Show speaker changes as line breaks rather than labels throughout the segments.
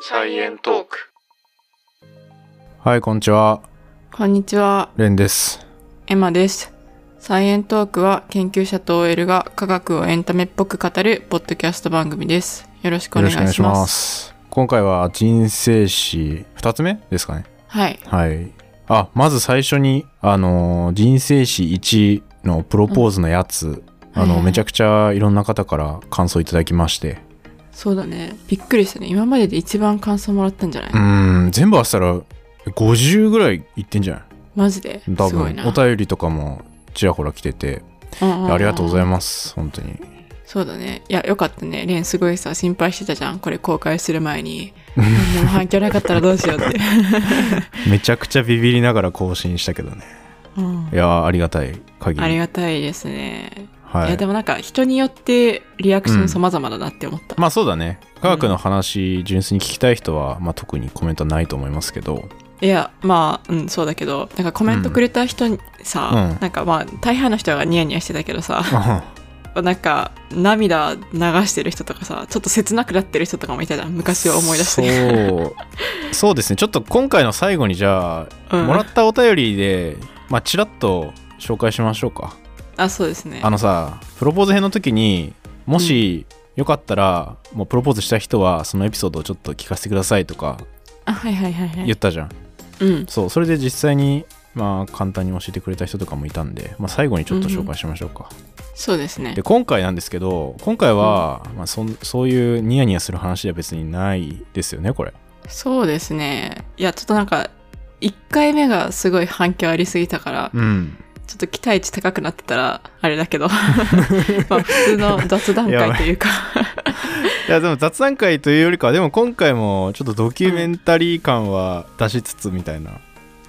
サイエントーク。
はい、こんにちは。
こんにちは、
レンです。
エマです。サイエントークは研究者と OL が科学をエンタメっぽく語るポッドキャスト番組です。よろしくお願いします。
す。今回は人生史2つ目ですかね。
はい。
はい。あ、まず最初に、あのー人生史1のプロポーズのやつ、あ
はいは
の、
い
めちゃくちゃいろんな方から感想いただきまして。
そうだね。びっくりしたね。今までで一番感想もらったんじゃない、
うーん、全部合わせたら50ぐらいいってんじゃない
マジで。
多
すごい
分、
な。
お便りとかもちらほら来てて、ありがとうござい
ま
ます。本当に。
す。そうだね。いや、よかったね。レンすごいさ、心配してたじゃん。これ公開する前 に。何でも反響なかったらどうしようって。
めちゃくちゃビビりながら更新したけどね。
うん
いやー、ありがたい限り。
ありがたいですね。、
はいい
やでもなんか人によってリアクション様々だなって思った、
まあそうだね科学の話純粋に聞きたい人は、まあ、特にコメントはないと思いますけど
いやまあうんそうだけどなんかコメントくれた人にさ、
うん
なんかまあ大半の人がニヤニヤしてたけどさ、
あ
なんか涙流してる人とかさちょっと切なくなってる人とかもいたじゃん 昔を思い出して、
そうそうですねちょっと今回の最後にじゃあ、
うん、
もらったお便りでまあちらっと紹介しましょうか
あそうですね
あのさプロポーズ編の時にもし、よかったらもうプロポーズした人はそのエピソードをちょっと聞かせてくださいとか
あはいはいはいは
言
い
ったじゃん、
うん
そうそれで実際にまあ簡単に教えてくれた人とかもいたんで、まあ、最後にちょっと紹介しましょうか、
そうですね
で今回なんですけど今回は、まあ、そんそういうニヤニヤする話では別にないですよねこれ
そうですねいやちょっとなんか1回目がすごい反響ありすぎたから、
うん
ちょっと期待値高くなってたらあれだけど まあ普通の雑談会という か
いやでも雑談会というよりかはでも今回もちょっとドキュメンタリー感は出しつつみたいな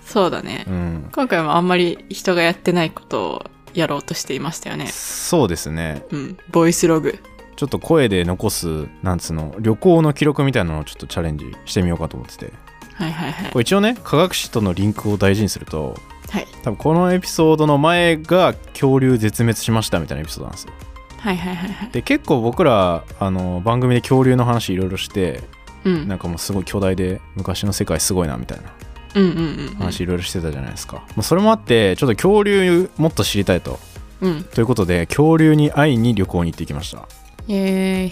そうだね
うん、
今回もあんまり人がやってないことをやろうとしていましたよね
そうですね
うんボイスログ
ちょっと声で残すなんつうの旅行の記録みたいなのをちょっとチャレンジしてみようかと思ってて
はいはいはい
これ一応ね科学史とのリンクを大事にすると
はい
多分このエピソードの前が恐竜絶滅しましたみたいなエピソードなんですよ
はいはいはいはい
で結構僕らあの番組で恐竜の話いろいろして
うん
なんかもうすごい巨大で昔の世界すごいなみたいな
うんうんうん
話いろいろしてたじゃないですか、まあそれもあってちょっと恐竜もっと知りたいと
うん
ということで恐竜に会いに旅行に行ってきました
イエ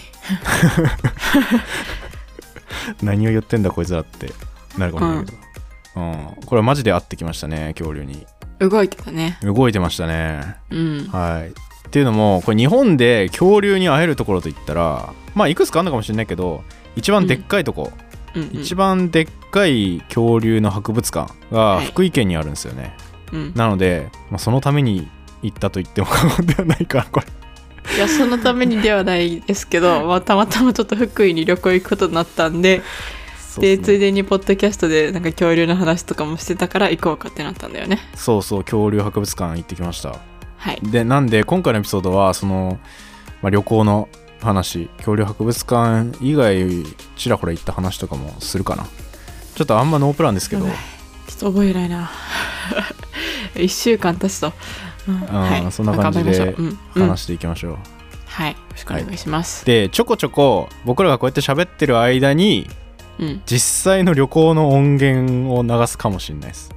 ーイ
何を言ってんだこいつらってなるかもしれないけど、うんこれはマジで会ってきましたね恐竜に
動いてたね
動いてましたね
うん
はいっていうのもこれ日本で恐竜に会えるところといったらまあいくつかあるのかもしれないけど一番でっかいとこ、
うんうん
一番でっかい恐竜の博物館が
はい
福井県にあるんですよね、
うん
なので、まあ、そのために行ったと言っても過言ではないかなこれ
いやそのためにではないですけ ど、まあ、たまたまちょっと福井に旅行行くことになったんででついでにポッドキャストでなんか恐竜の話とかもしてたから行こうかってなったんだよね
そうそう恐竜博物館行ってきました
はい
でなんで今回のエピソードはその、まあ、旅行の話恐竜博物館以外ちらほら行った話とかもするかなちょっとあんまノープランですけど、
やばいちょっと覚えないな 一週間経つと、うんはい、
そんな感じで
頑張りましょううんうん
話していきましょう、
はいよろしくお願いします、
でちょこちょこ僕らがこうやって喋ってる間に
うん
実際の旅行の音源を流すかもしれないです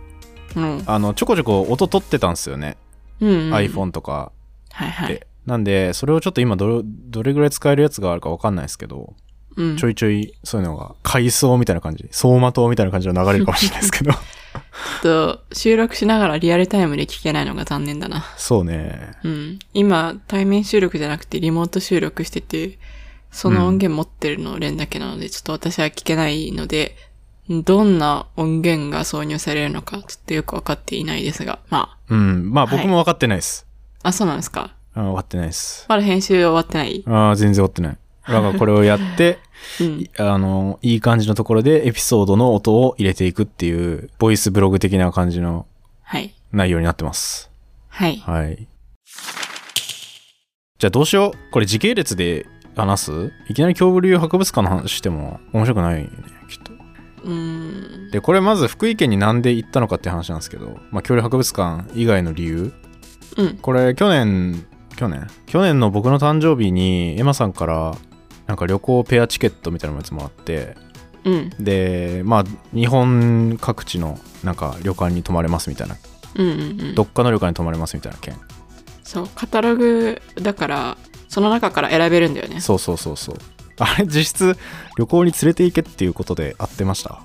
うん
あのちょこちょこ音取ってたんですよね、
うん
iPhone とか
はいは
で、
い、
なんでそれをちょっと今どれどれぐらい使えるやつがあるか分かんないですけど、
うん、
ちょいちょいそういうのが階層みたいな感じ走馬灯みたいな感じで流れるかもしれないで すけど
ちょっと収録しながらリアルタイムで聞けないのが残念だな
そうね
うん今対面収録じゃなくてリモート収録しててその音源持ってるの連だけなので、ちょっと私は聞けないのでどんな音源が挿入されるのかちょっとよくわかっていないですがま
うんまあ
はい
僕も分かってないです、
ああそうなんですか
あ分かってないです
まだ編集終わってない
あー全然分かってないだからこれをやって
うん
いあのいい感じのところでエピソードの音を入れていくっていうボイスブログ的な感じの
はい
内容になってます
はい
はいじゃあどうしようこれ時系列で話すいきなり恐竜博物館の話しても面白くないよねきっと
うーん。
でこれまず福井県になんで行ったのかって話なんですけど、まあ、恐竜博物館以外の理由
うん。
これ去年去年去年の僕の誕生日にエマさんからなんか旅行ペアチケットみたいなやつもらって
うん。
でまあ日本各地のなんか旅館に泊まれますみたいな
うんうんうん
ど。っかの旅館に泊まれますみたいな券
そう、カタログだから、その中から選べるんだよね。
そうそうそうそうあれ実質旅行に連れて行けっていうことで合って ました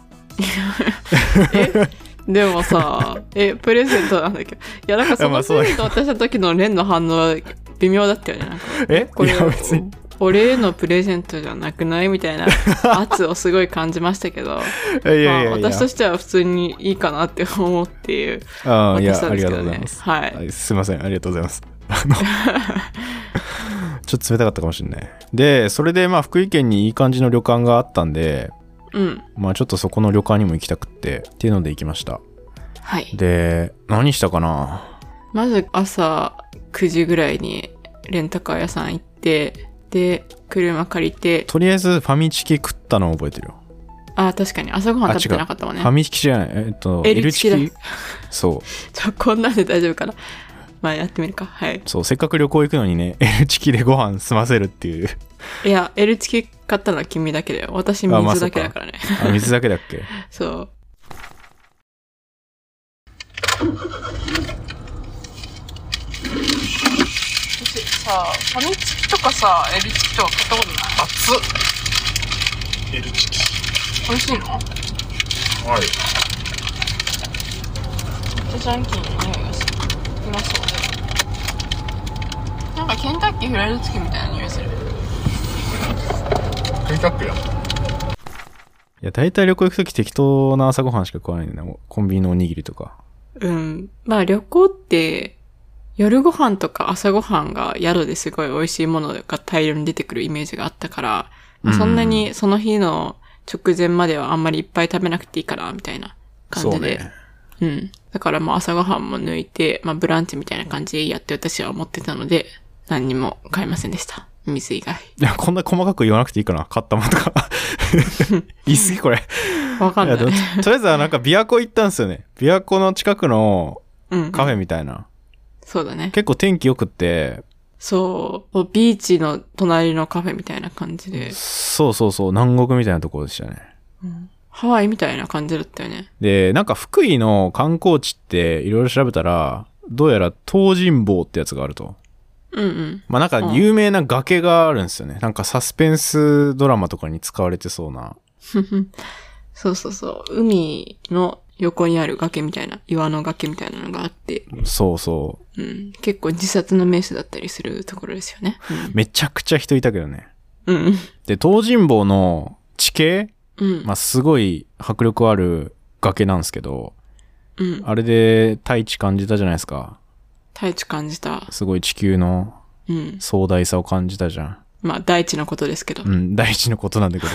でも さ、え、プレゼントなんだけど。いや、なんかそ
まあ
のプ
そうだ
レゼント渡した時のレンの反応は微妙だったよね。なんか
え
こ
い
れ
や 別に
俺へのプレゼントじゃなくないみた いな圧をすごい感じましたけど、
いやいやい
まあ、
やいや
私としては普通にいいかなって思うっていう
あ
渡
ーいや
したん
あ
で
り
すけど
がとうござい
ね
ます。
はい、
はい、すいませんありがとうございます あ のちょっと冷たかったかもしれないでそれでまあ福井県にいい感じの旅館があったんで
うん。
まあちょっとそこの旅館にも行きたくってっていうので行きました
はい。
で何したかな
まず朝9時ぐらいにレンタカー屋さん行って、で、車借りて、
とりあえずファミチキ食ったのを覚えてるよ
あ、確かに朝ごはん食べてなかったもんね
ファ。ミチキじゃないえっと
L チキだ
そう
ちょこんなんで大丈夫かな。 まあやってみるか。はい。
そうせっかく旅行行くのにね L チキでご飯済ませるっていう
いや、L チキ買ったのは君だけだよ。私
あまあ
水
そ
だ
っか
けだからね。
あ水だけだっけ
そう。私さ、ファミチキとかさ、エルチキとか買ったことない熱っ。
エルチキ
美味しいの
はい
ジャンキーの匂いがする。うまそうで。なんかケンタッキーフライドチキンみたいな匂いする。
食いたくや
いや大体旅行行く時適当な朝ごはんしか食わないんだよねコンビニのおにぎりとか
うん。まあ旅行って、夜ご飯とか朝ごはんが宿ですごい美味しいものが大量に出てくるイメージがあったから、まあ
うん
そんなにその日の直前まではあんまりいっぱい食べなくていいかな、みたいな感じで。うん。だからまあ朝ごはんも抜いて、まあブランチみたいな感じでやって私は思ってたので、何にも買いませんでした。水以外。
いや、こんな細かく言わなくていいかな。買ったものとか。 言い過ぎこれ。
わかんない
や
い。
どっちとりあえずはなんか琵琶湖行ったんですよね。琵琶湖の近くの
うん。
カフェみたいな。
そうだね。
結構天気良くって、
そう。もうビーチの隣のカフェみたいな感じで、
そうそうそう、南国みたいなところでしたね。
ハワイみたいな感じだったよね。
で、なんか福井の観光地っていろいろ調べたら、どうやら東尋坊ってやつがあると。
うんうん。
まあなん
う
か
ん
有名な崖があるんですよね。なんかサスペンスドラマとかに使われてそうな。
そうそうそう。海の横にある崖みたいな、岩の崖みたいなのがあって、
そうそう。
うん、結構自殺の名手だったりするところですよね。
めちゃくちゃ人いたけどね。
うん。うん
で、東尋坊の地形
うん。
まあ、すごい迫力ある崖なんですけど、
うん。
あれで大地感じたじゃないですか。
大地感じた。
すごい地球の
うん。
壮大さを感じたじゃん。
まあ、大地のことですけど。
うん、大地のことなんだけど。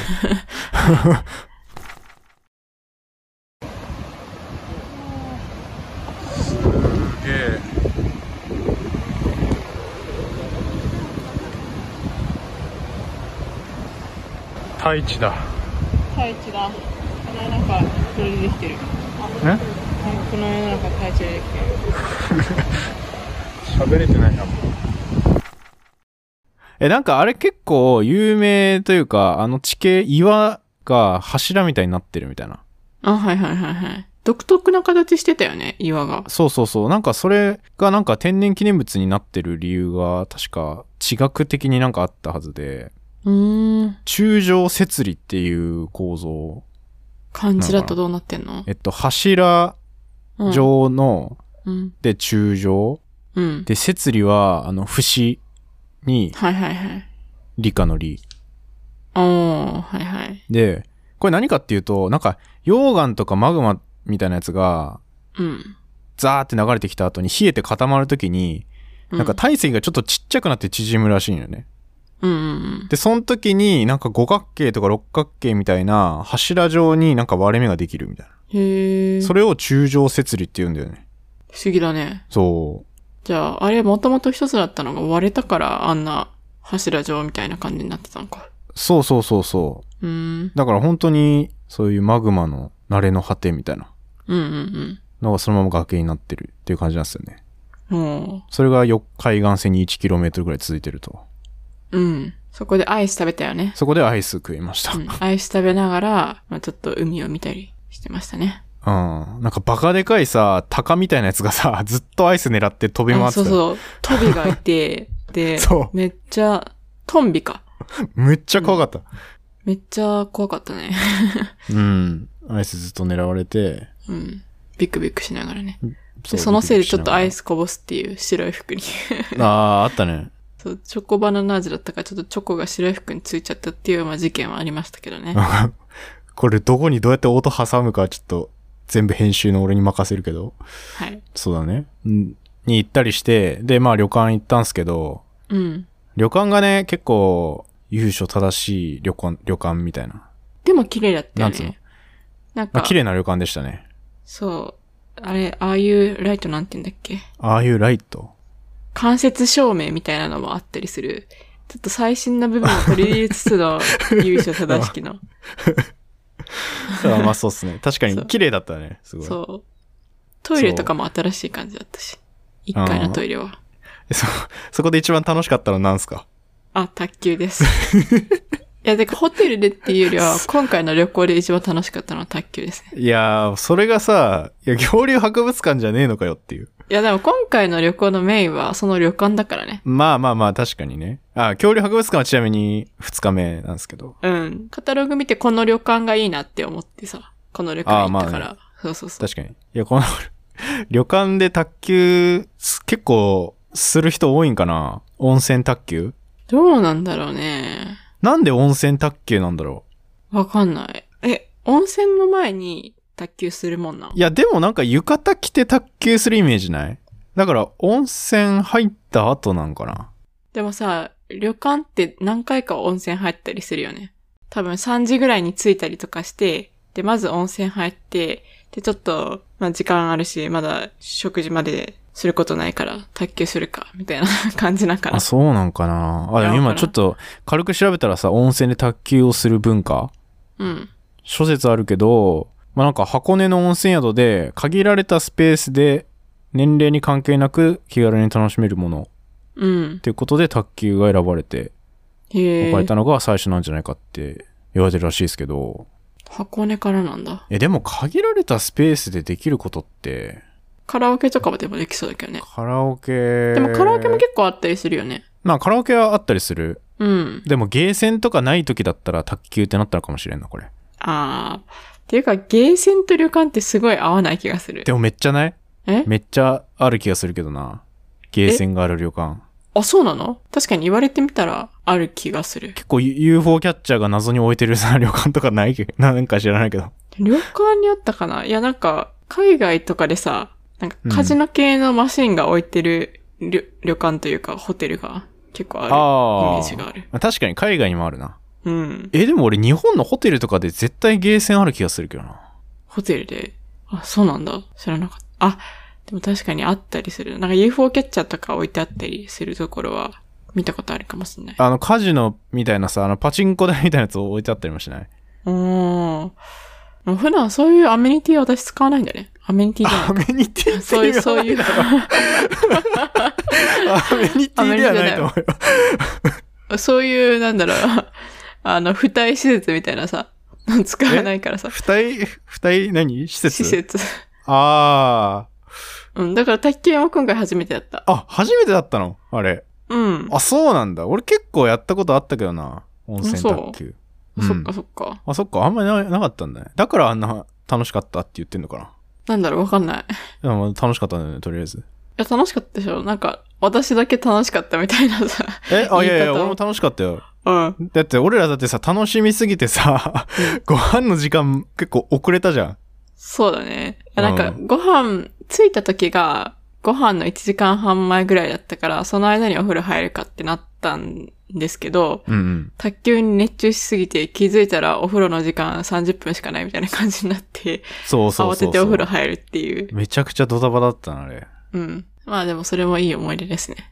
すげえ大地だ
大地だ。この世の中、これでできてる。
え
この世の中、大地でできてる。
喋れてないなもう
え、なんかあれ結構有名というか、あの地形、岩が柱みたいになってるみたいな。
あ、はいはいはいはい。独特な形してたよね、岩が。
そうそうそう。なんかそれがなんか天然記念物になってる理由が確か地学的になんかあったはずで、
うーん。
柱状節理っていう構造。
漢字だとどうなってんの
えっと、柱
うん
状の、
うん。
で、柱状。
うん。
で、摂理は、あの、節に、
はいはいはい。
理科の理。
おー、はいはい。
で、これ何かっていうと、なんか、溶岩とかマグマみたいなやつが、
うん。
ザーって流れてきた後に冷えて固まるときに、
う
なんか、体積がちょっとちっちゃくなって縮むらしいんよね。
うんうん
で、その時になんか五角形とか六角形みたいな柱状になんか割れ目ができるみたい
うん。へえ。
な。それを柱状節理って言うんだよね。
不思議だね。
そ
じゃあ、あれもともと一つだったのが割れたからあんな柱状みたいな感じになってたのか。
う。そうそうそうそう
ーん
う。。だから本当に、そういうマグマの慣れの果てみたいな。
うんうん
のがそのまま崖になってるっていう感じなんですよね。
うん。おー
それがよ海岸線に 1km ぐらい続いてると。
うん。そこでアイス食べたよね。
そこでアイス食いました。
うん。アイス食べながら、まあ、ちょっと海を見たりしてましたね。
うん。なんかバカでかいさ、鷹みたいなやつがさ、ずっとアイス狙って飛び回っ
あ
てた
そうそ
よ。
う。トビがい て、で
そ、
めっちゃ、トンビか。
めっちゃ怖かった。
めっちゃ怖かったね。
うん。アイスずっと狙われて。
うん。ビクビクしながらね。
そ
で、
う
そのせいでちょっとアイ
ス。
スこぼすっていう白い服に。
ああ、あったね。
そう、チョコバナナ味だったから、ちょっとチョコが白い服についちゃったっていう、まあ、事件はありましたけどね。
これどこにどうやって音挟むかちょっと全部編集の俺に任せるけど。
はい。
そうだね。んに行ったりして、で、まあ旅館行ったんすけど、
うん。
旅館がね、結構、優所正しい旅館、旅館みたいな。
でも綺麗だったよ
なんつうの
ね。なん
まあ
か、
綺麗な旅館でしたね。
そう。あれ、ああいうライトなんて言うんだっけ
ああいうライト。
間接照明みたいなのもあったりする。ちょっと最新な部分を取り入れつつの優勝正しき の。
あまあそうっすね。 確か
そ
に
う
綺麗だったね。すごい。そう。
そう。トイレとかも新しい感じだったし。一階のトイレは。
そ、こで一番楽しかったのなんすか
あ、卓球 です。いや、てかホテルでっていうよりは、今回の旅行で一番楽しかったのは卓球ですね。
いやー、それがさ、 いや、恐竜博物館じゃねえのかよっていう。
いや、でも今回の旅行のメインはその旅館だからね。
まあまあまあ、確かにね。あ、恐竜博物館はちなみに2日目なんですけど。
うん。カタログ見てこの旅館がいいなって思ってさ、この旅館行ったから。
あま
そうそうそう。
確かに。いや、この、 旅館で卓球、す結構、する人多いんかな温泉卓球
どうなんだろうね。
なんで温泉卓球なんだろ
わかんない。え、温泉の前に卓球するもんなん
ういや、でもなんか浴衣着て卓球するイメージないだから、温泉入った後なんかな
でもさ、旅館って何回か温泉入ったりするよね。多分3時ぐらいに着いたりとかして、で、まず温泉入って、で、ちょっと、まあ時間あるし、まだ食事まですることないから、卓球するか、みたいな感じなんかな
あ、。そうなんかなあ、でも
いやわ
今
からん
ちょっと、軽く調べたらさ、温泉で卓球をする文化
うん。
諸説あるけど、まあ、なんか箱根の温泉宿で限られたスペースで年齢に関係なく気軽に楽しめるもの
うん
っ。ていうことで卓球が選ばれて
へ
置かれ
え。
たのが最初なんじゃないかって言われてるらしいですけど、
箱根からなんだ。
えでも限られたスペースでできることって
カラオケとかもでもできそうだけどね。
カラオケ
でもカラオケも結構あったりするよね。
まあカラオケはあったりする
うん。
でもゲーセンとかない時だったら卓球ってなったのかもしれんなこれ
あー。っていうか、ゲーセンと旅館ってすごい合わない気がする
で。もめっちゃない
え
めっちゃある気がするけどなゲーセンがある旅館
あ、そうなの確かに言われてみたらある気がする。
結構 UFO キャッチャーが謎に置いてるさ、旅館とかない けど、なんか知らないけど。
旅館にあったかないや、なんか、海外とかでさ、なんか
うん
カジノ系のマシンが置いてる旅,、旅館というかホテルが結構あるイ
ああ
メージがある。
まあ確かに海外にもあるな。
うん。
え、でも俺日本のホテルとかで絶対ゲーセンある気がするけどな。
ホテルで。あ、そうなんだ。知らなかった。あ、でも確かにあったりする。なんか UFO キャッチャーとか置いてあったりするところは見たことあるかもしれない。
あの、カジノみたいなさ、あの、パチンコ台みたいなやつ置いてあったりもしない。
うーん。でも普段そういうアメニティは私使わないんだね。アメニティじゃない
アメニティって。
そういう、そういう う。
アメニティではないと思うよ。
そういう、なんだろう、 あの、付帯施設みたいなさ、使わないからさ、
二重、二重何施設
施設。
あ
うん、だから卓球は今回初めてだった。
あ。あ、初めてだったのあれ。
うん。
あ、そうなんだ。俺結構やったことあったけどな。温泉卓球。うん
そっかそっか。
あ、そっか、あんまりななかったんだね。だからあんな楽しかったって言ってんのか
な
な。
んだろう、わかんない。い
でも楽しかったんだよね、とりあえず。
や、楽しかったでしょなんか、私だけ楽しかったみたいなさ。言
え、あ、
い方
いやいや、俺も楽しかったよ。
うん。
だって、俺らだってさ、楽しみすぎてさ、ご飯の時間結構遅れたじゃん。
そうだね。いや
う
なんんか、ご飯、着いた時が、ご飯の1時間半前ぐらいだったから、その間にお風呂入るかってなったんですけど、
うんうん。
卓球に熱中しすぎて気づいたらお風呂の時間30分しかないみたいな感じになって、
そうそうそ
慌
うそう。
ててお風呂入るっていう。
めちゃくちゃドタバタだったな、あれ。
うん。まあでもそれもいい思い出ですね。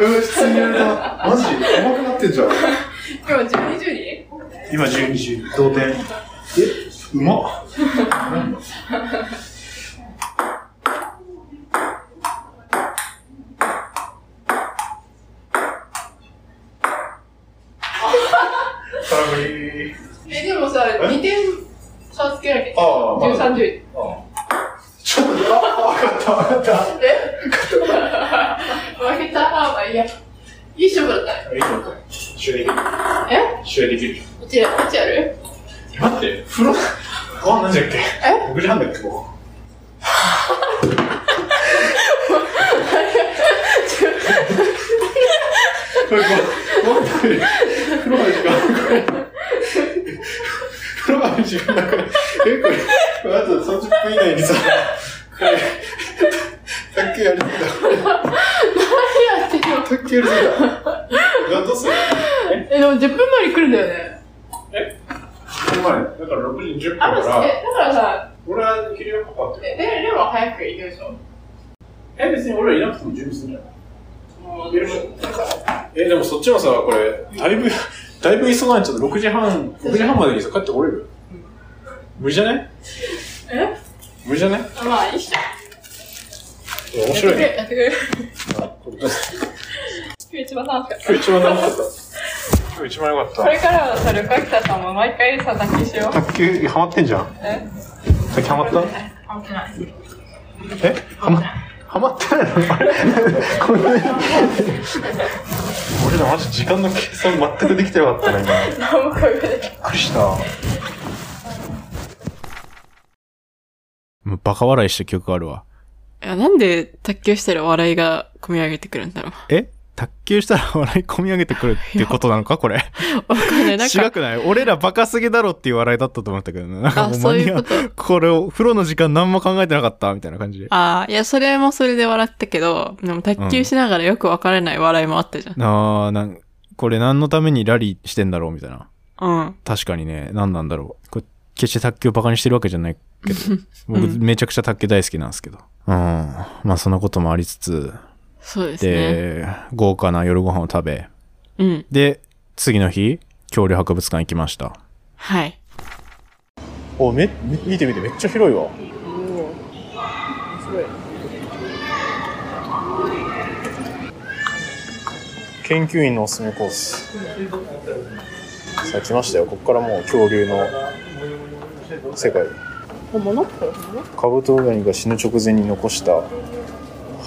うん、普通にやれた。マジ上手くなってんじゃん。
今日12時
今12時、同点。えう まっなんだ空振り
え、でもさ、
え
2点差つけなきゃいけない。
ああ、ま
13、
だ
10。
ああちょっと、あ、分かった、分かっ
え負けたまあいいや。いい勝負だったね。
た。いいのか試合できる。
え
試合できる。
こっちや、こっちや る
待って、風呂、あ、なんだっけ
え
僕なんだっけ、ここ。これ、こう待って、風呂入る時間、これ。風呂入る時間だから、え、これ、これあと30分以内にさ、これ、卓球やりすぎた。
何やってんの
卓球やりすぎた。なんとする
え、でも10分前に来るんだよね。
うまい。だから6時10分か、
あの、え、だかららさ、
俺は昼夜パパっ
え、
て。
で、レオは早く行くでしょ
え、別に俺はいなくても準備するんじゃない
もう、
でもえでもそっちもさ、これ、だいぶ、だいぶ急がないと、6時半、6時半までにさ、帰ってこれる無理じゃね
え
無理じゃね
まあ、いいっしょ。
面白いね。
やってくれ。やって
あこれどうする
くれ。一番楽しかった。
今日一番楽しかっ
今日一番良かっ
これからはさ、ルカキタさんも毎回さ、卓球しよう。
た。卓球、ハマってんじゃん。
え
卓球ハマった
関係ない。
えハマ、ハマっ てないのあれこれ。俺らマジ時間の計算全くできてなかったね、今。びっ
何も考えない。
くりした。
もうバカ笑いした記憶があるわ。
いや、なんで卓球したら笑いが込み上げてくるんだろ
え卓球したら 笑い込み上げてくるってこと なのかこれ。
う。 わかんない。なん
違
か、
くない俺らバカすぎだろっていう笑いだったと思ったけどね。なんか
あ、
もう
そ
マ
う
ニ
いうこ、
ア
と。
これを、風呂の時間何も考えてなかったみたいな感じで。
ああ、いや、それもそれで笑ったけど、でも卓球しながらよくわからない笑いもあったじゃん。
あーなん、これ何のためにラリーしてんだろうみたいな。
うん。
確かにね、何なんだろう。これ、決して卓球をバカにしてるわけじゃないけ ど。僕、
うん
めちゃくちゃ卓球大好きなんですけど。うん。まあ、そんなこともありつつ、
そうですね。
で、豪華な夜ご飯を食べ、
うん。
で、次の日、恐竜博物館行きました。
はい。
おめ見て見てめっちゃ広いわ
研究員のおすすめコースさあ来ましたよここからもう恐竜の世界カブトガニが死ぬ直前に残したは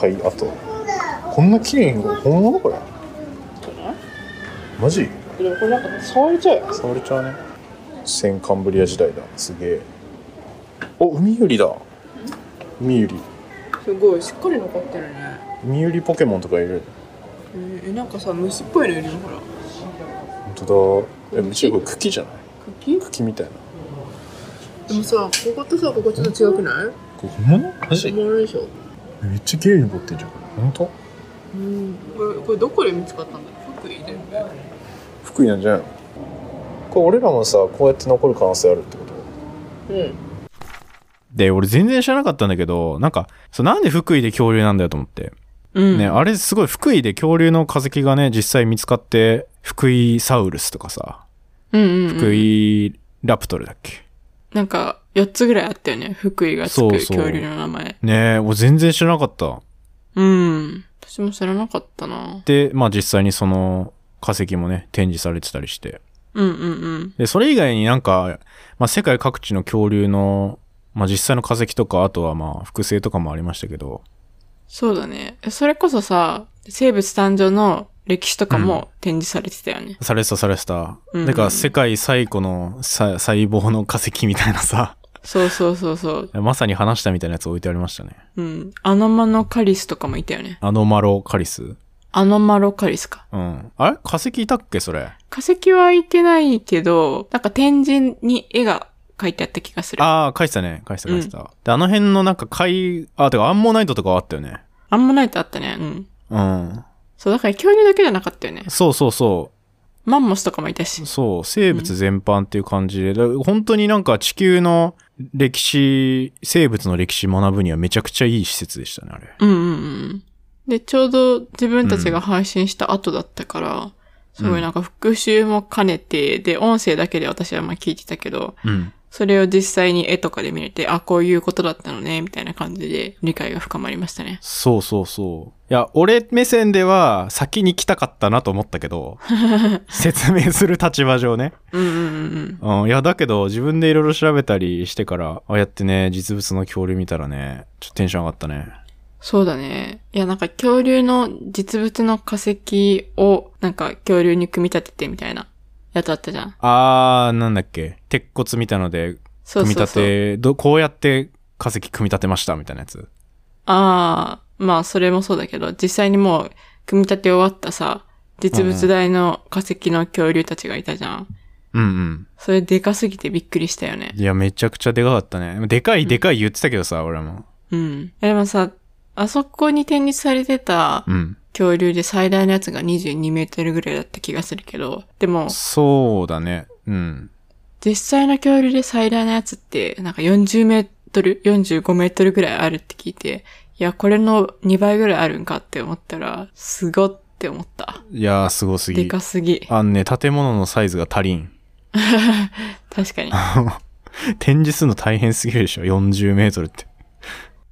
いあとこんな綺麗に本物これマジ触れちゃうね先カンブリア時代だすげえお海ユリだ海ユリ
すごい、しっかり残ってるね。
海ユリポケモンとかいる
え、なんかさ、虫っぽいのいるのほら。
本当だえむしろこれ茎じゃない
茎
茎みたいな
でもさ、こことさ、ここちょっと違くない
これ本物マジ
物でしょ。
めっちゃ綺麗に彫ってんじゃんこれ本当
うん。これ、これどこで見つかったんだろう福井で。
福井なんじゃないのこれ俺らもさこうやって残る可能性あるってこと
うん。
で俺全然知らなかったんだけどなんかそうなんで福井で恐竜なんだよと思って、
うん。
ねあれすごい福井で恐竜の化石がね実際見つかって福井サウルスとかさ
うんうんうん、
福井ラプトルだっけ、
なんか、4つぐらいあったよね。福井がつく
そうそう
恐竜の名前。
ねえ俺全然知らなかった
うん。私も知らなかったな。
でまあ実際にその化石もね展示されてたりして
うんうんうん。
で、それ以外になんか、まあ、世界各地の恐竜の、まあ、実際の化石とか、あとはまあ、複製とかもありましたけど、
そうだね。それこそさ、生物誕生の歴史とかも展示されてたよね。
されてたされてた。
うん
だから、世界最古のさ細胞の化石みたいなさ、
そうそうそうそう。
まさに話したみたいなやつ置いてありましたね。
うん。アノマノカリスとかもいたよね。
アノマロカリス。
アノマロカリスか。
うん。あれ化石いたっけそれ。
化石はいてないけど、なんか展示に絵が描いてあった気がする。
ああ、返したね。返した返した。で、あの辺のなんか貝、あ、てかアンモナイトとかあったよね。
アンモナイトあったね。うん。
うん。
そう、だから恐竜だけじゃなかったよね。
そうそうそう。
マンモスとかもいたし。
そう、生物全般っていう感じで、だから本当になんか地球の歴史、生物の歴史学ぶにはめちゃくちゃいい施設でしたね、あれ。
うんうんうん。で、ちょうど自分たちが配信した後だったから、すごいなんか復習も兼ねて、で、音声だけで私はまあ聞いてたけど、
うん。
それを実際に絵とかで見れて、あ、こういうことだったのね、みたいな感じで理解が深まりましたね。
そうそうそう。いや、俺目線では先に来たかったなと思ったけ ど、説明する立場上ね。
うんうんうんうん。
うん、いや、だけど自分でいろいろ調べたりしてから、ああやってね、実物の恐竜見たらね、ちょっとテンション上がったね。
そうだね。いや、なんか恐竜の実物の化石を、なんか恐竜に組み立ててみたいなやつあったじゃん。
あー、なんだっけ。鉄骨見たので、
そう
組み
そう
立
そう。
て、どこうやって化石組み立てましたみたいなやつ。
ああ、まあそれもそうだけど、実際にもう組み立て終わったさ、実物大の化石の恐竜たちがいたじゃん。
うんうん。
それでかすぎてびっくりしたよね。
いや、めちゃくちゃでかかったね。でかいでかい言ってたけどさ、俺も。
うん。いやでもさ、あそこに展示されてた
うん。
恐竜で最大のやつが22メートルぐらいだった気がするけど、でも、
そうだね。うん。
実際の恐竜で最大のやつって、なんか40メートル、45メートルぐらいあるって聞いて、いや、これの2倍ぐらいあるんかって思ったら、すごって思った。
いやー、すごす
で
ぎ。
かすぎ。
あのね、建物のサイズが足りん。
確かに。
展示するの大変すぎるでしょ、40メートルって。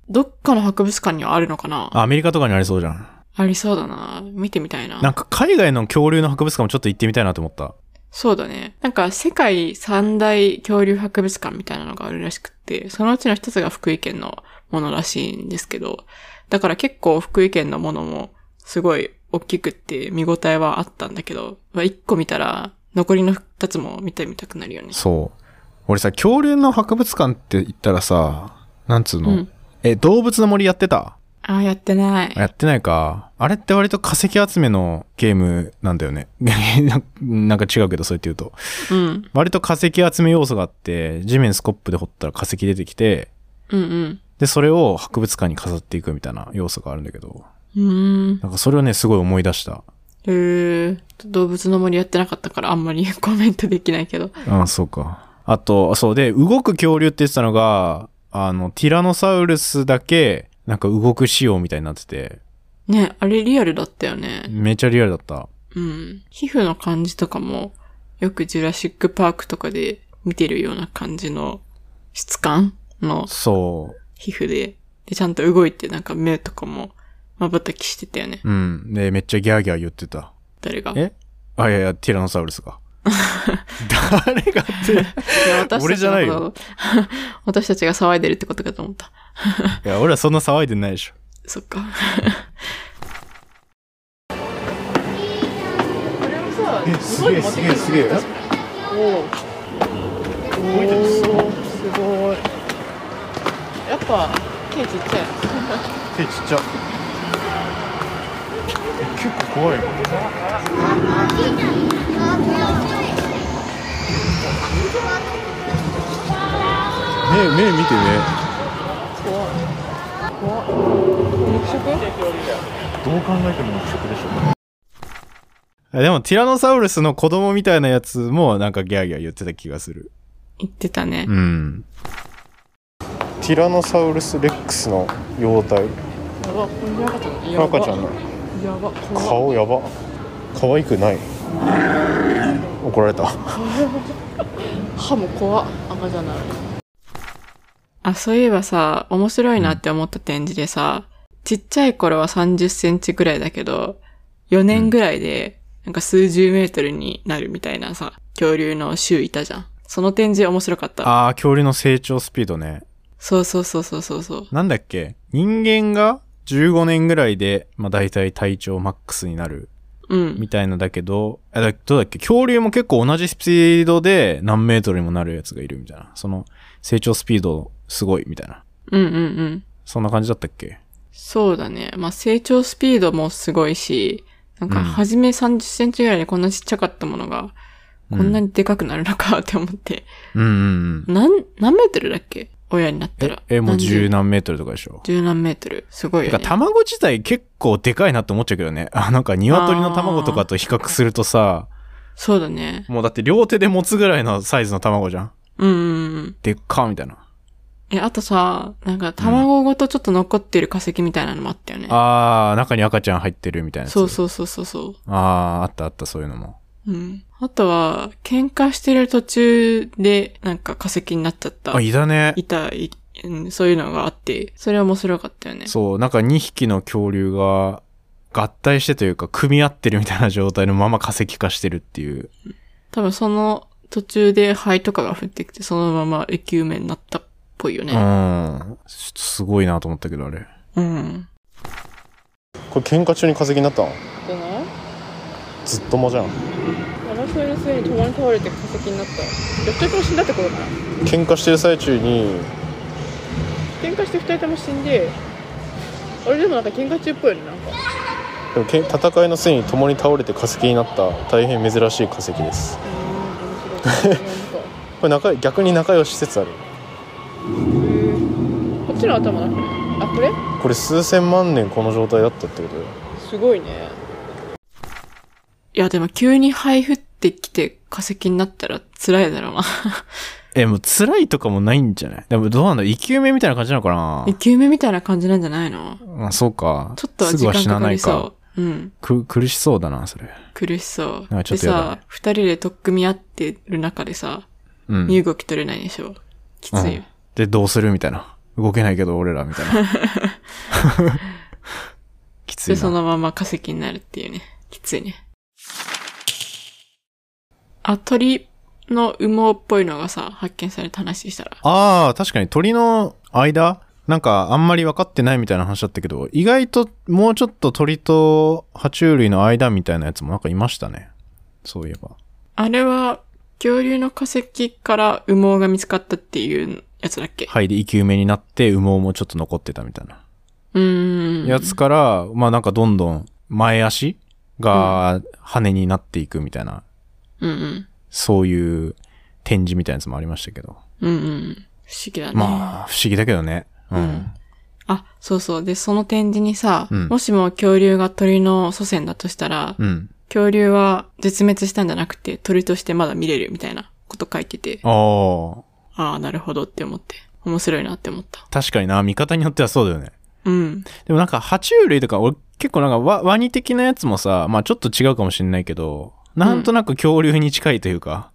どっかの博物館にはあるのかなあ
アメリカとかにありそうじゃん。
りそうだな。見てみたいな。
なんか海外の恐竜の博物館もちょっと行ってみたいなと思った。
そうだね。なんか世界三大恐竜博物館みたいなのがあるらしくって、そのうちの一つが福井県のものらしいんですけど、だから結構福井県のものもすごい大きくって見応えはあったんだけど、まあ、一個見たら残りの二つも見てみたくなるよね。
そう。俺さ、恐竜の博物館って言ったらさ、なんつうの、
うん
え、動物の森やってた
ああ、やってない。
やってないか。あれって割と化石集めのゲームなんだよね。 ななんか違うけど、そうやって言うと。
うん。
割と化石集め要素があって、地面スコップで掘ったら化石出てきて、
うんうん。
で、それを博物館に飾っていくみたいな要素があるんだけど、
うーん。
なんかそれをね、すごい思い出した。
えー、動物の森やってなかったからあんまり コメントできないけど。
あそうか。あと、そうで、動く恐竜って言ってたのが、あの、ティラノサウルスだけ、なんか動く仕様みたいになってて、
ね、あれリアルだったよね。
めちゃリアルだった。
うん。皮膚の感じとかも、よくジュラシックパークとかで見てるような感じの質感の
そ
皮膚で、で、ちゃんと動いてなんか目とかも瞬きしてたよね。
う。うん。で、めっちゃギャーギャー言ってた。
誰が。
えあ、いやいや、ティラノサウルスが。誰がって。
いや私たちの
俺じゃないよ
こと。私たちが騒いでるってことかと思った。
いや、俺はそんな騒いでないでしょ。
そっか。
え、すげえすげえすげえ。おお。すごい。やっぱ手ちっちゃい。手ちっちゃ。結構怖い。目目見てね。怖い。怖い。肉食？どう考えても肉食でしょ。
でも、ティラノサウルスの子供みたいなやつも、なんかギャーギャー言ってた気がする。
言ってたね。
うん。
ティラノサウルスレックスの幼体赤ちゃんの顔やば可愛くない怒られた
歯も怖っ赤じゃない
あ、そういえばさ、面白いなって思った展示でさ、ちっちゃい頃は30センチぐらいだけど、4年ぐらいで、なんか数十メートルになるみたいなさ、恐竜の種いたじゃん。その展示面白かった。
あー、恐竜の成長スピードね。
そうそうそうそうそうそう。
なんだっけ人間が15年ぐらいで、まあ大体体長マックスになる
うん。
みたいなだけど、あだどうだっけ恐竜も結構同じスピードで何メートルにもなるやつがいるみたいな。その成長スピードすごいみたいな。
うんうんうん。
そんな感じだったっけ
そうだね。まあ、成長スピードもすごいし、なんか、
うん
初め30センチぐらいでこんなちっちゃかったものが、こんなにでかくなるのかって思って。
うんうんうん。
なん、何メートルだっけ親になった
え
ら。、
えもう
何
十何メートルとかでしょ
十何メートル。すごい
て
よ、
か
ね。
卵自体結構でかいなって思っちゃうけどね。 あ、なんか鶏の卵とかと比較するとさ、
そうだね。
もうだって両手で持つぐらいのサイズの卵じゃん。
うんうんうん。
でっかみたいな。
え、あとさ、なんか卵ごとちょっと残ってる化石みたいなのもあったよね。
あー、中に赤ちゃん入ってるみたいなやつ。
そうそうそうそうそう。
ああ、あったあった、そういうのも。
うん。あとは、喧嘩してる途中で、なんか化石になっちゃった
あ、、いたね。
いた、いうんそういうのがあって、それは面白かったよね。
そう、なんか2匹の恐竜が合体してというか、組み合ってるみたいな状態のまま化石化してるっていう。
多分その途中で灰とかが降ってきて、そのまま生き埋めになったっぽいよ
うん。ち
ね。
ょっとすごいなと思ったけど、あれ。
うん。
これ喧嘩中に風邪になったの
じゃない
ずっともじゃん
争いの末に共に倒れて化石になったどっちとも死んだってことかな
喧嘩してる最中に
喧嘩して2人とも死んであれでもなんか喧嘩中っぽいよねなんか
でもけん戦いの末に共に倒れて化石になった大変珍しい化石です
うーん面白いなんか
これ仲逆に仲良し説ある
へーこっちの頭なくないあこれ
これ数千万年この状態だったってことよ
すごいね
いや、でも急に灰降ってきて化石になったら辛い だろうな。
え、もう辛いとかもないんじゃないでもどうなんだ生き埋めみたいな感じなのかな
生き埋めみたいな感じなんじゃないの
あそうか。
ちょっとは
すぐ
時
は死
間
な
かか
ない
り
か
そ。う。うん。
く、苦しそうだな、それ。
苦しそう。
あちょっと
で
やだね
さ、二人で取っ組み合ってる中でさ、
うん。
身動き取れないでしょ。きついよ。
で、どうするみたいな。動けないけど俺らみたい な。 きつい
で、
な。
そのまま化石になるっていうね。きついね。あ、鳥の羽毛っぽいのがさ、発見された話したら。
ああ、確かに鳥の間なんかあんまり分かってないみたいな話だったけど、意外ともうちょっと鳥と爬虫類の間みたいなやつもなんかいましたね。そういえば。
あれは、恐竜の化石から羽毛が見つかったっていうやつだっけ、
肺で生き埋めになって羽毛もちょっと残ってたみたいな。
うーん。
やつから、まあなんかどんどん前足が羽になっていくみたいな、
うんうん。
そういう展示みたいなやつもありましたけど。
うんうん。不思議だね。
まあ、不思議だけどね。う
うんん。あ、そうそう。で、その展示にさ、
うん
もしも恐竜が鳥の祖先だとしたら、
うん。
恐竜は絶滅したんじゃなくて鳥としてまだ見れるみたいなこと書いてて、
ああ、
ああ、なるほどって思って、面白いなって思った。
確かにな、見方によってはそうだよね。
うん。
でもなんか、爬虫類とか、俺結構なんかワ、ワニ的なやつもさ、まあちょっと違うかもしれないけど、なんとなく恐竜に近いというか、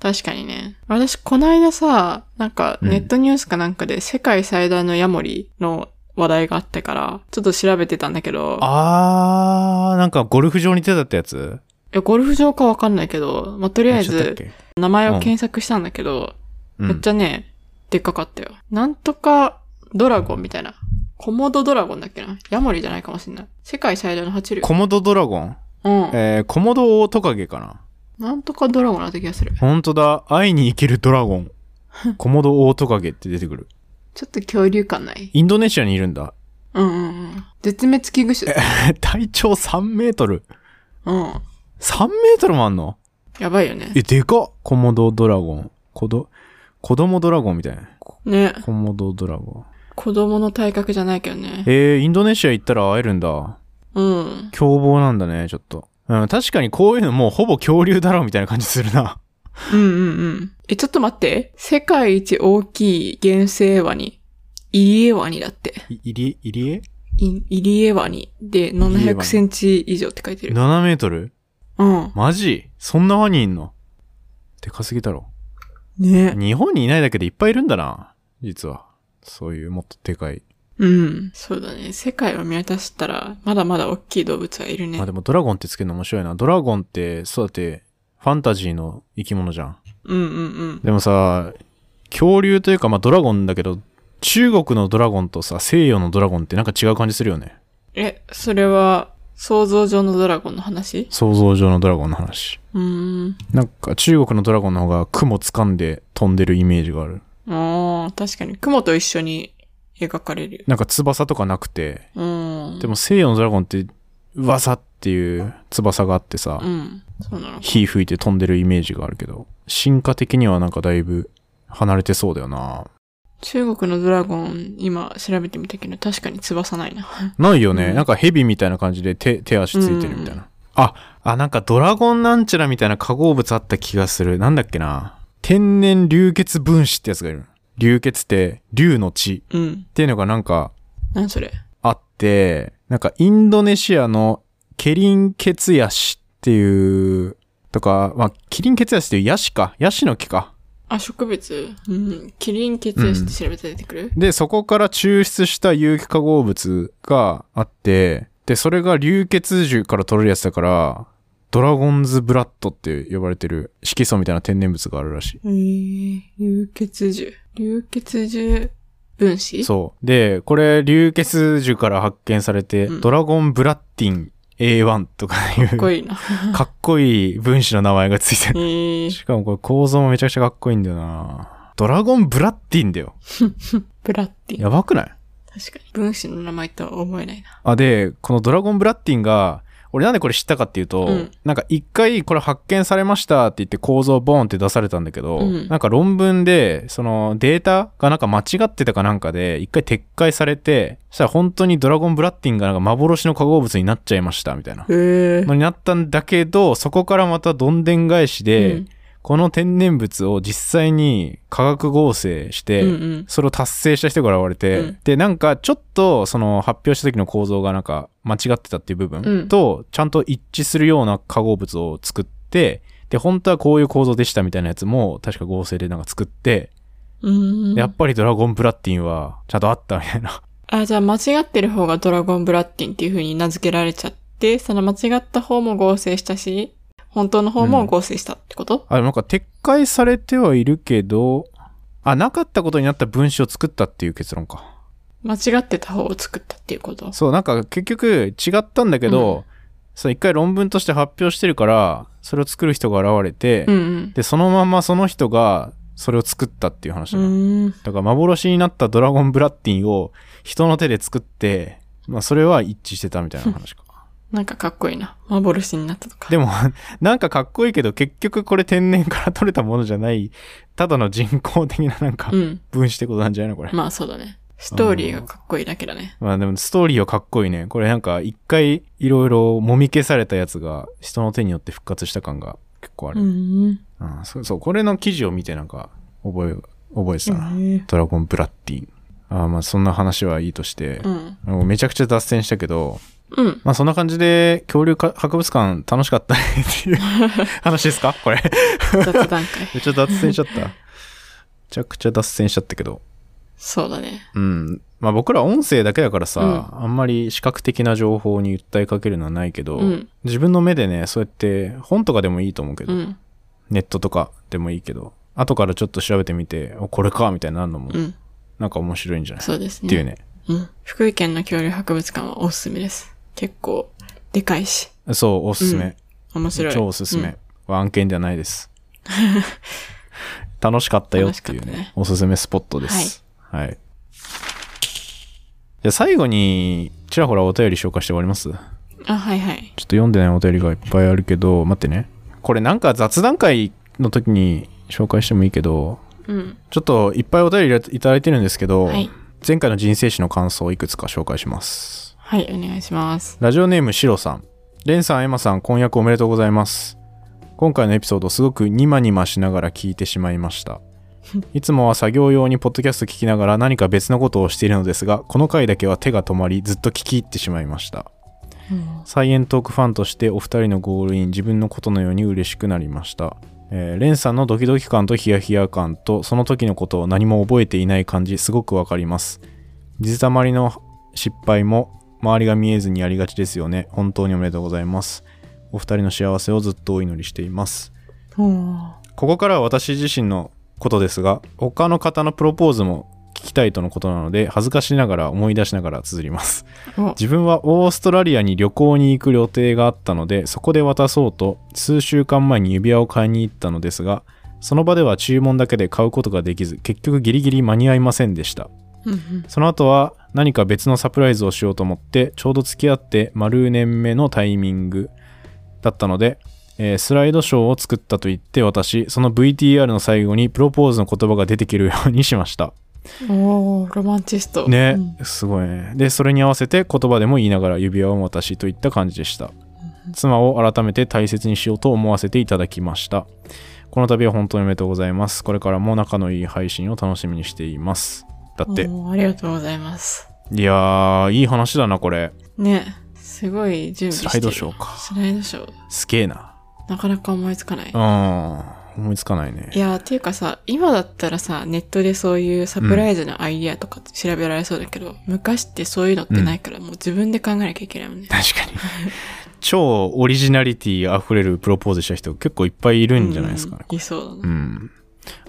確かにね。私、この間さ、なんか、
うん
ネットニュースかなんかで、世界最大のヤモリの話題があったから、ちょっと調べてたんだけど、
あー、なんかゴルフ場に出たってやつ
いやゴルフ場かわかんないけど、まあ、と
と
りあえず、名前を検索したんだけど、
う
めっ
ん
ち。ゃね、でっかかったよ。なんとかドラゴンみたいな。コモドドラゴンだっけなヤモリじゃないかもしんない。世界最大の爬虫類。
コモドドラゴン
うん。
えー、コモドオオトカゲかな
なんとかドラゴンだった気がする。
ほんとだ、愛に生きるドラ ゴン。コモドオオトカゲって出てくる。
ちょっと恐竜感ない。
インドネシアにいるんだ。
うんうんうん。絶滅危惧種。
体長3メートル。
うん。
3メートルもあんの
やばいよね。
え、でかっコモドドラゴン。こど、子供ドラゴンみたいな。こ
ね。
コモドドラゴ
子供の体格じゃないけどね
ン。。えー、インドネシア行ったら会えるんだ。
うん。
凶暴なんだね、ちょっと。うん、確かにこういうのもうほぼ恐竜だろうみたいな感じするな。
うんうんうん。え、ちょっと待って。世界一大きい原生ワニ。イリエワニだって。
い、いり、いりえ
イイリエワニで700センチ以上って書いてる。
?7 メートル
うん。
マジそんなワニいんのでかすぎだろ。
ね。
日本にいないだけでいっぱいいるんだな。実は。そういうもっとでかい。
うん。そうだね。世界を見渡したら、まだまだ大きい動物はいるね
まあ。でもドラゴンってつけるの面白いな。ドラゴンって、そうだって、ファンタジーの生き物じゃん。
うんうん
でもさ、恐竜というか、まあドラゴンだけど、中国のドラゴンとさ、西洋のドラゴンってなんか違う感じするよね。
うん。え、それは、想像上のドラゴンの話
想像上のドラゴンの話。
うーん。
なんか中国のドラゴンの方が雲掴んで飛んでるイメージがある。
ああ、確かに。雲と一緒に描かれる。
なんか翼とかなくて、
うん。
でも西洋のドラゴンって、わさっていう翼があってさ、
うん。そうなの。
火吹いて飛んでるイメージがあるけど、進化的にはなんかだいぶ離れてそうだよな。
中国のドラゴン、今調べてみたけど、確かに翼ないな。
ないよね。
うん
なんかヘビみたいな感じで手、手足ついてるみたいな。あ、あ、なんかドラゴンなんちゃらみたいな化合物あった気がする。なんだっけな。天然流血分子ってやつがいる。流血って、竜の血
うん。
っていうのがなんか
何それ
あって、なんかインドネシアのケリンケツヤシっていうとか、まあ、キリン血圧っていうヤシか。ヤシの木か。
あ、植物うん。キリン血圧って調べたら出てくる、
で、そこから抽出した有機化合物があって、で、それが流血樹から取れるやつだから、ドラゴンズブラッドって呼ばれてる色素みたいな天然物があるらしい。
えー、流血樹。流血樹分子
そう。で、これ、流血樹から発見されて、
うん
ドラゴンブラッティン A1 とかいう、
かっこいい な。
かっこいい分子の名前がついて
え
る。
ー、
しかもこれ構造もめちゃくちゃかっこいいんだよな。ドラゴンブラッティンだよ。
ブラッティン。
やばくない
確かに。分子の名前とは思えないな。
あ、で、このドラゴンブラッティンが、俺なんでこれ知ったかっていうと、
うん
なんか一回これ発見されましたって言って構造ボーンって出されたんだけど、
うん
なんか論文で、そのデータがなんか間違ってたかなんかで、一回撤回されて、そしたら本当にドラゴンブラッティンがなんか幻の化合物になっちゃいましたみたいな。
へえ
のになったんだけど、そこからまたどんでん返しで、
うん
この天然物を実際に化学合成して、
うんうん
それを達成した人が現れて、
うん
でなんかちょっとその発表した時の構造がなんか間違ってたっていう部
うん
分とちゃんと一致するような化合物を作ってで本当はこういう構造でしたみたいなやつも確か合成でなんか作って、
うーん。
でやっぱりドラゴンブラッティンはちゃんとあったみたいな
あ、じゃあ間違ってる方がドラゴンブラッティンっていう風に名付けられちゃって、その間違った方も合成したし、本当の方も合成したってこと、
あでもなんか撤回されてはいるけどあなかったことになった分子を作ったっていう結論か
間違ってた方を作ったっていうこと
そう、なんか結局違ったんだけど、
う
その一回論文として発表してるから、それを作る人が現れて、
うんうん。
で、そのままその人がそれを作ったっていう話
う
だから。
ーん。
だから幻になったドラゴンブラッティンを人の手で作って、まあそれは一致してたみたいな話か。
なんかかっこいいな。幻になったとか。
でも、 なんかかっこいいけど結局これ天然から取れたものじゃない、ただの人工的ななんか
うん。
分子ってことなんじゃないのこれ。
まあそうだね。ストーリーがかっこいいだけだね。
まあでもストーリーはかっこいいね。これなんか一回いろいろ揉み消されたやつが人の手によって復活した感が結構あ
う
る。うん
ん。
そうそう、これの記事を見てなんか覚え、覚えてたな。
へ
ドラゴンブラッティン。あーまあそんな話はいいとして
う、ん。
もうめちゃくちゃ脱線したけど、
うん。
まあそんな感じで恐竜か博物館楽しかったねっていう話ですかこれ。
雑 談会。
めっちゃ脱線しちゃった。めちゃくちゃ脱線しちゃったけど。
そうだね。
うん。まあ僕ら音声だけだからさ、あんまり視覚的な情報に訴えかけるのはないけど、
うん
自分の目でね、そうやって本とかでもいいと思うけど、
うん。
ネットとかでもいいけど、後からちょっと調べてみて、おこれかみたいになるのも
う、ん。
なんか面白いんじゃない、
そうですね。
っていうね。
うん。福井県の恐竜博物館はおすすめです。結構、でかいし、
そう、おすすめ。
面白い。
超おすす
うん
め。は案件ではな いです。楽しかったよって
楽
いう
し
ね
かったね
おすすめスポットです。はい。じゃあ最後に、ちらほらお便り紹介して終わります
あ、はいはい。
ちょっと読んでないお便りがいっぱいあるけど、待ってね。これなんか雑談会の時に紹介してもいいけど、
うん。
ちょっといっぱいお便りいただいてるんですけど、
はい
前回の人生史の感想をいくつか紹介します。
はい、お願いします。
ラジオネームシロさん。レンさん、エマさん、婚約おめでとうございます。今回のエピソードすごくニマニマしながら聞いてしまいま した。いつもは作業用にポッドキャスト聞きながら何か別のことをしているのですが、この回だけは手が止まりずっと聞き入ってしまいました。サイエントークファンとしてお二人のゴールイン自分のことのように嬉しくなりました、えーレンさんのドキドキ感とヒヤヒヤ感とその時のことを何も覚えていない感じすごくわかります水たまりの失敗も周りが見えずにやりがちですよね本当におめでとうございますお二人の幸せをずっとお祈りしていますここからは私自身のことですが他の方のプロポーズも聞きたいとのことなので恥ずかしながら思い出しながら綴ります
お
自分はオーストラリアに旅行に行く予定があったのでそこで渡そうと数週間前に指輪を買いに行ったのですがその場では注文だけで買うことができず結局ギリギリ間に合いませんでした
うんうん
その後は何か別のサプライズをしようと思ってちょうど付き合って丸年目のタイミングだったので、えースライドショーを作ったと言って私その VTR の最後にプロポーズの言葉が出てくるようにしました
おー、ロマンチスト。
ね、すごいねでそれに合わせて言葉でも言いながら指輪を渡しといった感じでした妻を改めて大切にしようと思わせていただきましたこの度は本当におめでとうございますこれからも仲のいい配信を楽しみにしていますだ
うん
って
おーありがとうございます。
いやーいい話だなこれ
ね。すごい準備してる
スライドショーか
スライドショー。
すげえな
なかなか思いつかない。
ああ、思いつかないね
い。やー、っていうかさ、今だったらさ、ネットでそういうサプライズのアイディアとか調べられそうだけど、昔ってそういうのってないから、もう自分で考えなきゃいけないもんね。
確かに。超オリジナリティ溢れるプロポーズした人結構いっぱいいるんじゃないですかね。
うんいそうだね。
うん。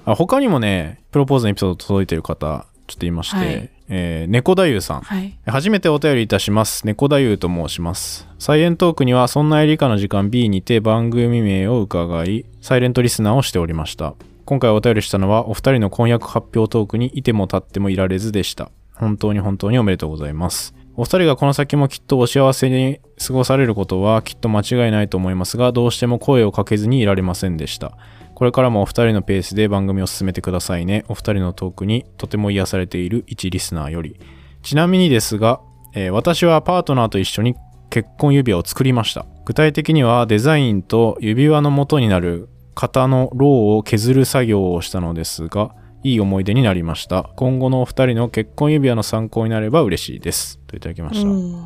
あ他にもね、プロポーズのエピソード届いてる方、ちょっといまして、
はい
えー猫太夫さん。
はい。
初めてお便りいたします。猫太夫と申します。サイエントークには、そんなエリカの時間 B にて番組名を伺い、サイレントリスナーをしておりました。今回お便りしたのは、お二人の婚約発表トークにいても立ってもいられずでした。本当に本当におめでとうございます。お二人がこの先もきっとお幸せに過ごされることはきっと間違いないと思いますが、どうしても声をかけずにいられませんでした。これからもお二人のペースで番組を進めてくださいね。お二人のトークにとても癒されている一リスナーより。ちなみにですが、えー私はパートナーと一緒に結婚指輪を作りました。具体的にはデザインと指輪の元になる型のローを削る作業をしたのですが、いい思い出になりました。今後のお二人の結婚指輪の参考になれば嬉しいです。といただきました。
うん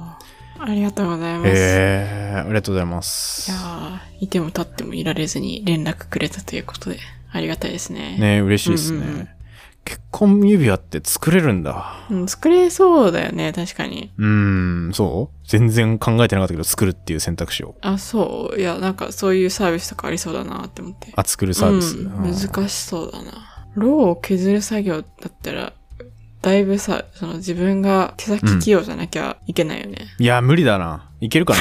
ありがとうございます。
えー、ありがとうございま
い
す
や。ーいても立ってもいられずに連絡くれたということで、ありがたいですね。
ね嬉しいですね、
うんうんうん
結婚指輪って作れるんだ。
うん、作れそうだよね、確かに。
うーん、そう全然考えてなかったけど、作るっていう選択肢を。
あ、そう。いや、なんかそういうサービスとかありそうだなって思って。
あ、作るサービス。
うん
うん
難しそうだな。ローを削る作業だったら、だいぶさ、その自分が手先器用じゃなきゃいけないよね。
いや、無理だな。いけるか な。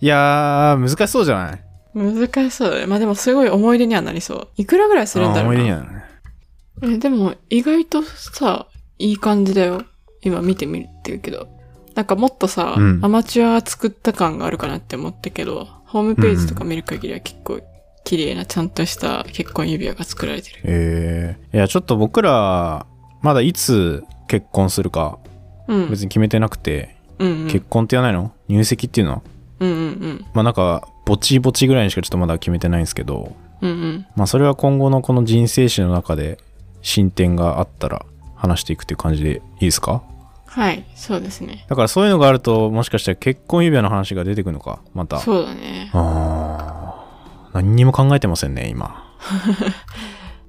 いやー、難しそうじゃない
難しそうだね。まあでもすごい思い出にはなりそう。いくらぐらいするんだ
あー
ろ
思
う
い出に
な。
はなるね。
えでも意外とさ、いい感じだよ。今見てみるっていうけど。なんかもっとさ、
うん
アマチュアが作った感があるかなって思ったけど、ホームページとか見る限りは結構綺麗なちゃんとした結婚指輪が作られてる。
えー、いや、ちょっと僕ら、まだいつ結婚するか、
うん。
別に決めてなくて、
うんうん、
結婚って言わないの入籍っていうの
うんうんうん。
まあなんか、ぼちぼちぐらいにしかちょっとまだ決めてないんですけど、
うんうん。
まあそれは今後のこの人生史の中で進展があったら話していくっていう感じでいいですか
はい、そうですね。
だからそういうのがあると、もしかしたら結婚指輪の話が出てくるのか、また。
そうだね。
ああ、何にも考えてませんね、今。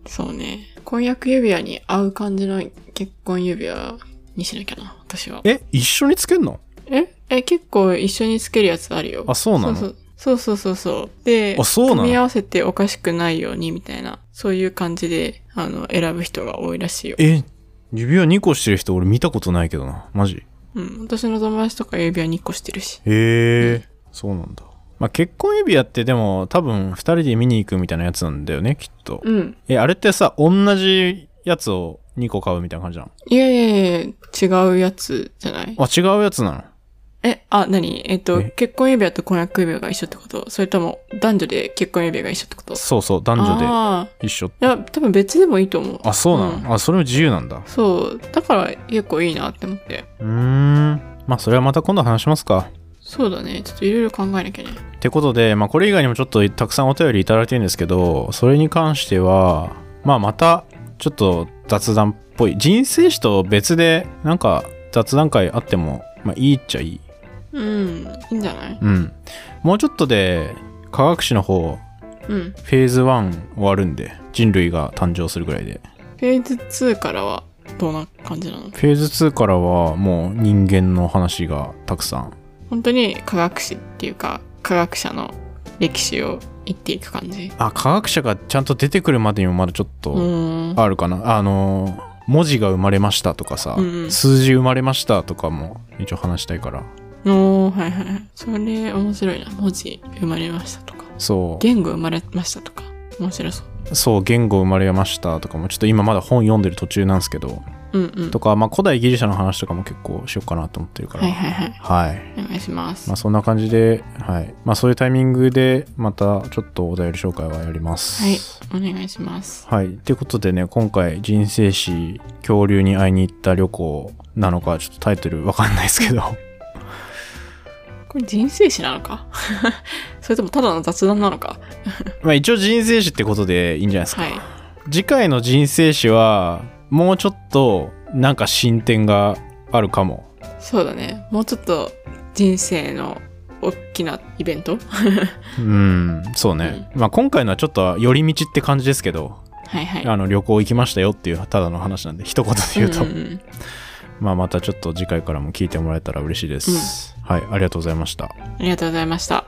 そうね。婚約指輪に合う感じの結婚指輪にしなきゃな、私は。
え、一緒につけんの
ええ、結構一緒につけるやつあるよ。
あそうなの
そうそうそうそうそう。で、
あそうなの
組み合わせておかしくないようにみたいな、そういう感じで、あの、選ぶ人が多いらしいよ。
え、指輪2個してる人俺見たことないけどな。マジ。
うん。私の友達とか指輪2個してるし。
へえ、そうなんだ。まあ、結婚指輪ってでも多分2人で見に行くみたいなやつなんだよね、きっと。
うん。
え、あれってさ、同じやつを2個買うみたいな感じなの
いやいやいや、違うやつじゃない
あ、違うやつなの
え、あ、何えっと、
え
結婚指輪と婚約指輪が一緒ってことそれとも男女で結婚指輪が一緒ってこと
そうそう、男女
あ
で一緒。
あ。いや、多分別でもいいと思う。
あ、そうなの、
ん
あ、それも自由なんだ。
そう。だから結構いいなって思って。
うーん。まあ、それはまた今度話しますか。
そうだね。ちょっといろいろ考えなきゃね。
ってことで、まあ、これ以外にもちょっとたくさんお便りいただいてるんですけどそれに関しては、まあ、またちょっと雑談っぽい人生史と別でなんか雑談会あっても、まあ、いいっちゃいい、
うん。いいんじゃない
うん、もうちょっとで科学史の方
うん。フ
フェーズ1終わるんで人類が誕生するぐらいで
ェーズ2からはどんな感じなの
フェーズ2からはもう人間の話がたくさん
本当に科学史っていうか、科学者の歴史を言っていく感じ。
あ科学者がちゃんと出てくるまでにもまだちょっと、
うーん。
あるかなあのー文字が生まれましたとかさ、
うんうん
数字生まれましたとかも一応話したいから
おー、はいはいはい。それ面白いな。文字生まれましたとか。
そ
言語生まれましたとか。面白そう。
うそう言語生まれましたとかもちょっと今まだ本読んでる途中なんですけど
うんうん。
とか、まあ、古代ギリシャの話とかも結構しようかなと思ってるから
はいはいはい。
はい
お願いします
まあ、。そんな感じで、はいまあ、そういうタイミングでまたちょっとお便り紹介はやります
はい。お願いします。
はい。ということでね、今回、人生史、恐竜に会いに行った旅行なのか、ちょっとタイトルわかんないですけど、
これ人生史なのか それともただの雑談なのか
まあ一応人生史ってことでいいんじゃないですか。
はい。
次回の人生史は、もうちょっとなんか進展があるかも。
そうだね。もうちょっと人生の大きなイベント
うんそうね、まあ今回のはちょっと寄り道って感じですけど
はいはい。
あの旅行行きましたよっていうただの話なんで一言で言うと、
んんん
まあまたちょっと次回からも聞いてもらえたら嬉しいです、はいありがとうございました
ありがとうございました。